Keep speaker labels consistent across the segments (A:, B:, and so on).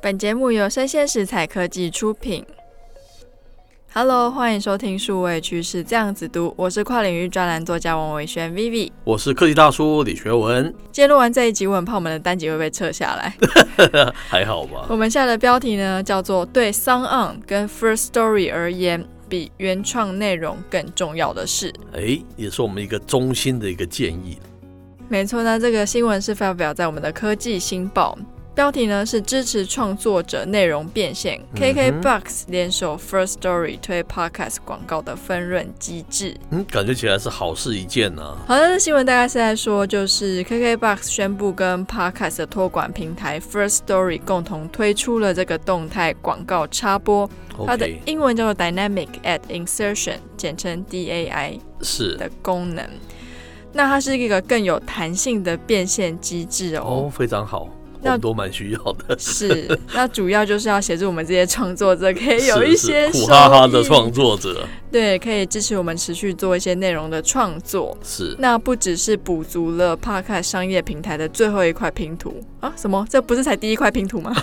A: 本节目由生鲜食材科技出品。Hello，欢迎收听数位趋势这样子读，我是跨领域专栏作家王维轩 Vivi。
B: 我是科技大叔李学文，
A: 今天录完这一集，我很怕我们的单集会被撤下来。
B: 还好吧？
A: 我们下的标题呢叫做“对 s o n On 跟 First Story 而言，比原创内容更重要的事”。
B: 哎，也是我们一个中心的一个建议。
A: 没错，那这个新闻是发表在我们的科技新报，标题呢是支持创作者内容变现、k k b o x 联手 First Story 推 Podcast 广告的分润机制。
B: 嗯，感觉起来是好事一件啊呢、
A: 好，那这新闻大概是在说，就是 KKBOX 宣布跟 Podcast 的托管平台 First Story 共同推出了这个动态广告插播，它的
B: OK，
A: 英文叫做 Dynamic Ad Insertion，简称 DAI
B: 是
A: 的功能。那它是一个更有弹性的变现机制
B: 哦，
A: 哦。
B: 非常好，我
A: 那
B: 们都蛮需要 的。
A: 是， 那主要就是要协助我们这些创作者可以有
B: 是
A: 一些
B: 是苦
A: 收
B: 哈哈的
A: 益
B: 创作者，
A: 对，可以支持我们持续做一些内容的创作。
B: 是
A: 那不只是补足了 Podcast 商业平台的最后一块拼图啊？什么？这不是才第一块拼图吗？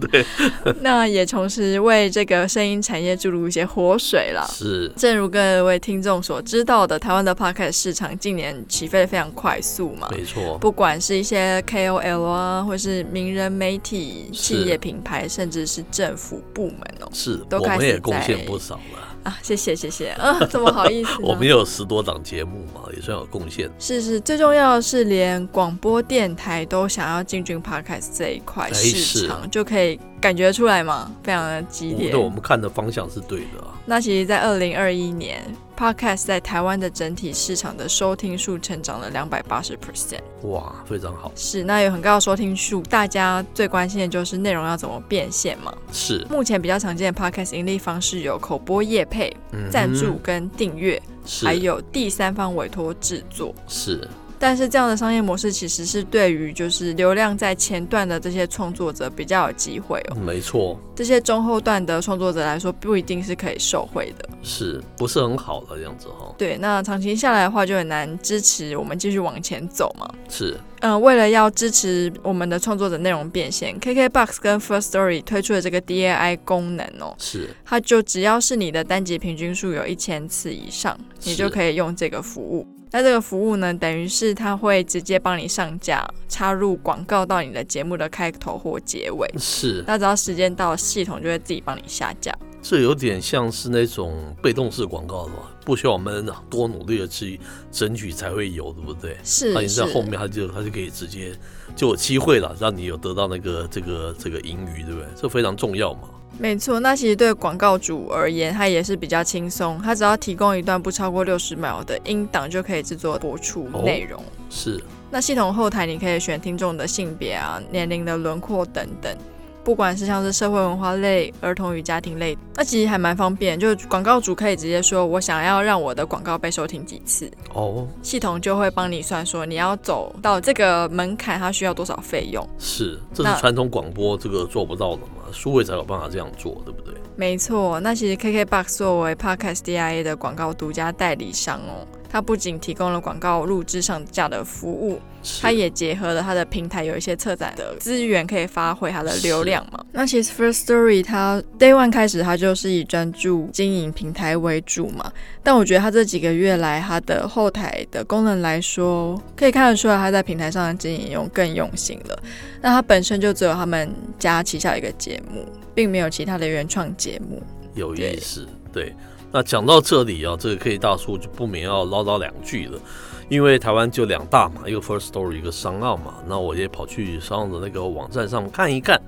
B: 对，
A: 那也同时为这个声音产业注入一些活水啦。
B: 是，
A: 正如各位听众所知道的，台湾的 Podcast 市场近年起飞的非常快速嘛。
B: 没错，
A: 不管是一些 KOL 啊，或是名人媒体、
B: 是
A: 企业品牌，甚至是政府部门哦
B: 是，
A: 都
B: 我
A: 开
B: 们
A: 始
B: 也贡献
A: 在
B: 不少了。
A: 啊，谢谢谢谢啊，怎么好意思呢？
B: 我们也有十多档节目嘛，也算有贡献。
A: 是是，最重要的是，连广播电台都想要进军 podcast 这一块
B: 哎
A: 市场，就可以感觉出来嘛，非常的激
B: 我
A: 烈
B: 对。我们看的方向是对的啊，
A: 那其实，在二零二一年，podcast 在台湾的整体市场的收听数成长了两百八十 percent，
B: 哇，非常好，
A: 是那有很高的收听数，大家最关心的就是内容要怎么变现嘛。
B: 是，
A: 目前比较常见的 podcast 盈利方式有口播业配、
B: 嗯
A: 赞助
B: 哼
A: 跟订阅，
B: 是，
A: 还有第三方委托制作。
B: 是，
A: 但是这样的商业模式其实是对于就是流量在前段的这些创作者比较有机会哦，
B: 没错，
A: 这些中后段的创作者来说不一定是可以受惠的。
B: 是不是很好的样子哈？
A: 对，那长期下来的话就很难支持我们继续往前走嘛。
B: 是，
A: 嗯、为了要支持我们的创作者内容变现，KKBOX 跟 First Story 推出的这个 DAI 功能哦，
B: 是，
A: 它就只要是你的单集平均数有一千次以上，你
B: 是
A: 就可以用这个服务。那这个服务呢，等于是它会直接帮你上架，插入广告到你的节目的开头或结尾。
B: 是，
A: 那只要时间到，系统就会自己帮你下架。
B: 这有点像是那种被动式广告的嘛，不需要我们多努力的去争取才会有，对不对？
A: 是
B: 哦那你
A: 是
B: 在，后面，它就它就可以直接就有机会了，让你有得到那个这个这个盈余，对不对？这非常重要嘛。
A: 没错。那其实对广告主而言，它也是比较轻松，它只要提供一段不超过六十秒的音档，就可以制作播出
B: 哦
A: 内容。
B: 是
A: 那系统后台你可以选听众的性别啊、年龄的轮廓等等，不管是像是社会文化类、儿童与家庭类，那其实还蛮方便。就是广告主可以直接说我想要让我的广告被收听几次，
B: 哦，
A: 系统就会帮你算说你要走到这个门槛，它需要多少费用。
B: 是，这
A: 那
B: 是传统广播这个做不到的嘛，数位才有办法这样做，对不对？
A: 没错，那其实 KKBOX 作为 Podcast DIA 的广告独家代理商哦，它不仅提供了广告录制上架的服务，
B: 是
A: 它也结合了它的平台有一些策展的资源可以发挥它的流量嘛。那其实 First Story 它 Day One 开始它就是以专注经营平台为主嘛，但我觉得它这几个月来它的后台的功能来说，可以看得出来它在平台上的经营用更用心了。那它本身就只有他们家旗下一个节目，并没有其他的原创节目。
B: 有
A: 对
B: 意思，对。那讲到这里啊，这个 K 大叔就不免要唠叨两句了，因为台湾就两大嘛，一个 First Story，一个商澳嘛。那我也跑去商澳的那个网站上看一看，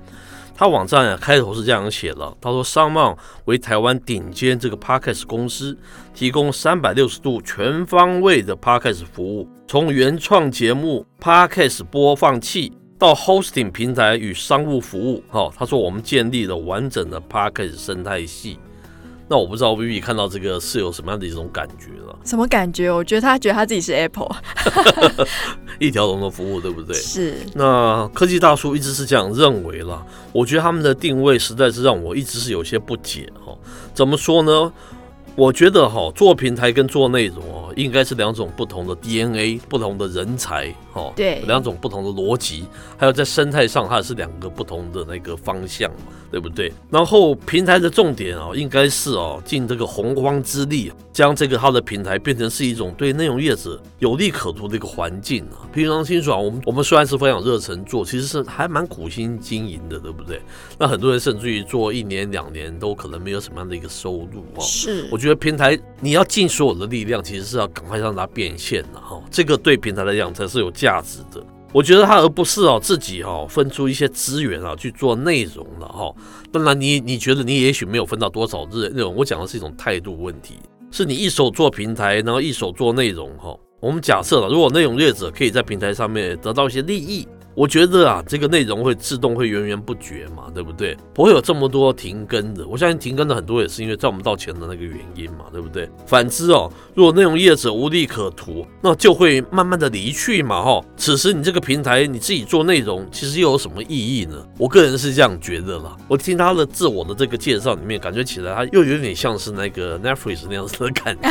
B: 他网站啊开头是这样写的，他说商澳为台湾顶尖这个 Podcast 公司，提供三百六十度全方位的 Podcast 服务，从原创节目 Podcast 播放器。到 hosting 平台与商务服务，哦，他说我们建立了完整的 Podcast 生态系，那我不知道 Vivi 看到这个是有什么样的一种感觉了？
A: 什么感觉？我觉得他觉得他自己是 Apple，
B: 一条龙的服务，对不对？
A: 是
B: 那科技大叔一直是这样认为啦。我觉得他们的定位实在是让我一直是有些不解哦。怎么说呢？我觉得哈、做平台跟做内容哦，应该是两种不同的 DNA，不同的人才哦，
A: 对
B: 两种不同的逻辑，还有在生态上它也是两个不同的那个方向嘛，对不对？然后平台的重点哦，应该是哦，尽这个洪荒之力，哦将这个它的平台变成是一种对内容业者有利可图的一个环境啊。平常清爽，我们我们虽然是非常热忱做，其实是还蛮苦心经营的，对不对？那很多人甚至于做一年两年都可能没有什么样的一个收入哦。
A: 是
B: 我觉得平台你要尽所有的力量，其实是要赶快让它变现的哈、这个对平台来讲才是有价值的。我觉得它而不是哦自己哦分出一些资源啊去做内容了哈、当然你你觉得你也许没有分到多少日内容，我讲的是一种态度问题，是你一手做平台，然后一手做内容哈、我们假设了，如果内容业者可以在平台上面得到一些利益，我觉得啊，这个内容会自动会源源不绝嘛，对不对？不会有这么多停更的。我相信停更的很多也是因为赚不到钱的那个原因嘛，对不对？反之哦，如果内容业者无利可图，那就会慢慢的离去嘛，哈。此时你这个平台你自己做内容，其实又有什么意义呢？我个人是这样觉得啦。我听他的自我的这个介绍里面，感觉起来他又有点像是那个 Netflix 那样子的感觉，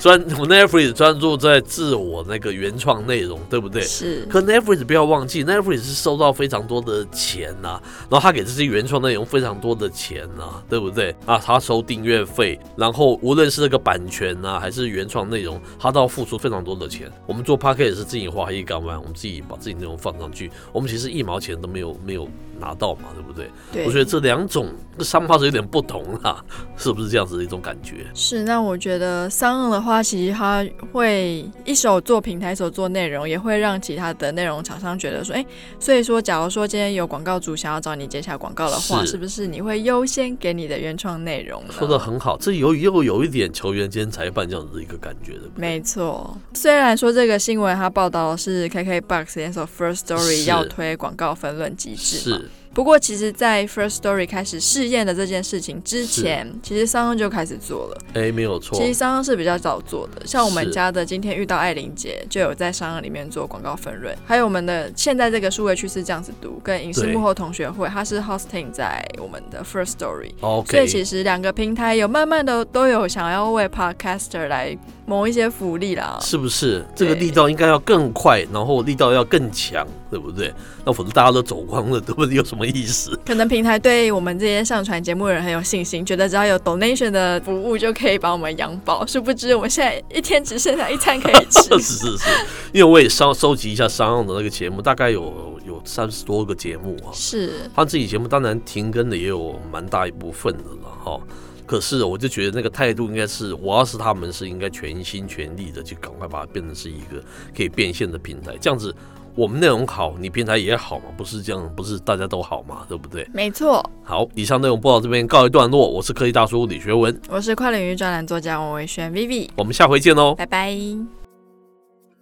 B: 专我们 Netflix 专注在自我那个原创内容，对不对？
A: 是
B: 可 Netflix 不要忘记，Netflix 是收到非常多的钱呐、然后他给这些原创内容非常多的钱呐、对不对？啊，他收订阅费，然后无论是那个版权呐、还是原创内容，他都要付出非常多的钱。我们做 p a c k a g e 是自己花一干万，我们自己把自己内容放上去，我们其实一毛钱都没有没有拿到嘛，对不对？
A: 对
B: 我觉得这两种商号是有点不同啦、 是不是这样子的一种感觉？
A: 是，那我觉得三二的话，其实它会一手做平台，一手做内容，也会让其他的内容厂商觉得说，哎，所以说，假如说今天有广告主想要找你接下广告的话，
B: 是
A: 是不是你会优先给你的原创内容呢？
B: 说的很好，这有又有一点球员兼裁判这样子的一个感觉，对不对？
A: 没错，虽然说这个新闻它报道的是 KKBOX 联手 First
B: 是
A: Story 要推广告分论机制嘛，
B: 是。
A: 不过其实，在 First Story 开始试验的这件事情之
B: 是
A: 前，其实三二就开始做了。
B: 哎，没有错，
A: 其实商鞅是比较早做的，像我们
B: 是
A: 家的今天遇到艾琳姐就有在商鞅里面做广告分润，还有我们的现在这个数位趋势这样子读，跟影视
B: 对
A: 幕后同学会，它是 hosting 在我们的 First Story。
B: OK，
A: 所以其实两个平台有慢慢的都有想要为 podcaster 来谋一些福利啦。
B: 是不是这个
A: 对
B: 力道应该要更快，然后力道要更强，对不对？那否则大家都走光了，对不对？有什么 意思？
A: 可能平台对我们这些上传节目的人很有信心，觉得只要有 donation 的服务就可以把我们养饱。殊不知我们现在一天只剩下一餐可以
B: 是
A: 吃。
B: 是是，因为我也收收集一下商用的那个节目，大概有有三十多个节目啊。
A: 是，
B: 他自己节目当然停更的也有蛮大一部分的了哈、可是哦我就觉得那个态度应该是，我要是他们是应该全心全力的去赶快把它变成是一个可以变现的平台，这样子我们内容好，你平台也好嘛，不是这样，不是大家都好嘛，对不对？
A: 没错。
B: 好，以上内容播到这边告一段落，我是科技大叔李学文，
A: 我是跨领域专栏作家王维轩 Vivi，
B: 我们下回见喽。哦
A: 拜拜。